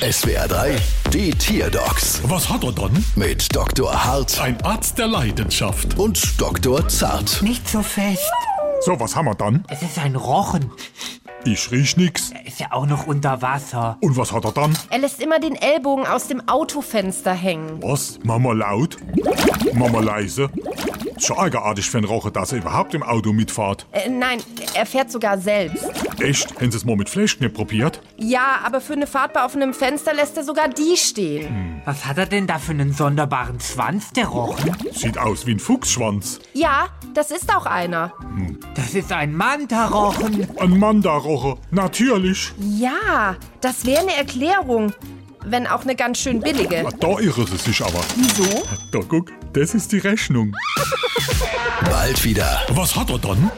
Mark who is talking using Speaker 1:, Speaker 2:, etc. Speaker 1: SWR 3, die Tierdocs
Speaker 2: Was hat er dann?
Speaker 1: mit Dr. Hart
Speaker 2: Ein Arzt der Leidenschaft.
Speaker 1: und Dr. Zart.
Speaker 3: Nicht so fest.
Speaker 2: So, was haben wir dann?
Speaker 3: Es ist ein Rochen.
Speaker 2: Ich riech nix.
Speaker 3: Er ist ja auch noch unter Wasser.
Speaker 2: Und was hat er dann?
Speaker 4: Er lässt immer den Ellbogen aus dem Autofenster hängen.
Speaker 2: Was? Mama laut? Mama leise? Schon eigenartig für einen Rocher, dass er überhaupt im Auto mitfährt.
Speaker 4: Äh, nein, er fährt sogar selbst.
Speaker 2: Echt? Haben Sie es mal mit Fleischknepp probiert?
Speaker 4: Ja, aber für eine Fahrt bei offenem Fenster lässt er sogar die stehen.
Speaker 3: Was hat er denn da für einen sonderbaren Schwanz, der Rochen?
Speaker 2: Sieht aus wie ein Fuchsschwanz.
Speaker 4: Ja, das ist auch einer.
Speaker 3: Das ist ein Manta-Rochen.
Speaker 2: Ein Manda-Rocher. Natürlich.
Speaker 4: Ja, das wäre eine Erklärung. Wenn auch eine ganz schön billige.
Speaker 2: Ah, Da irren sie sich aber.
Speaker 4: Wieso?
Speaker 2: Da guck, das ist die Rechnung.
Speaker 1: Bald wieder.
Speaker 2: Was hat er dann?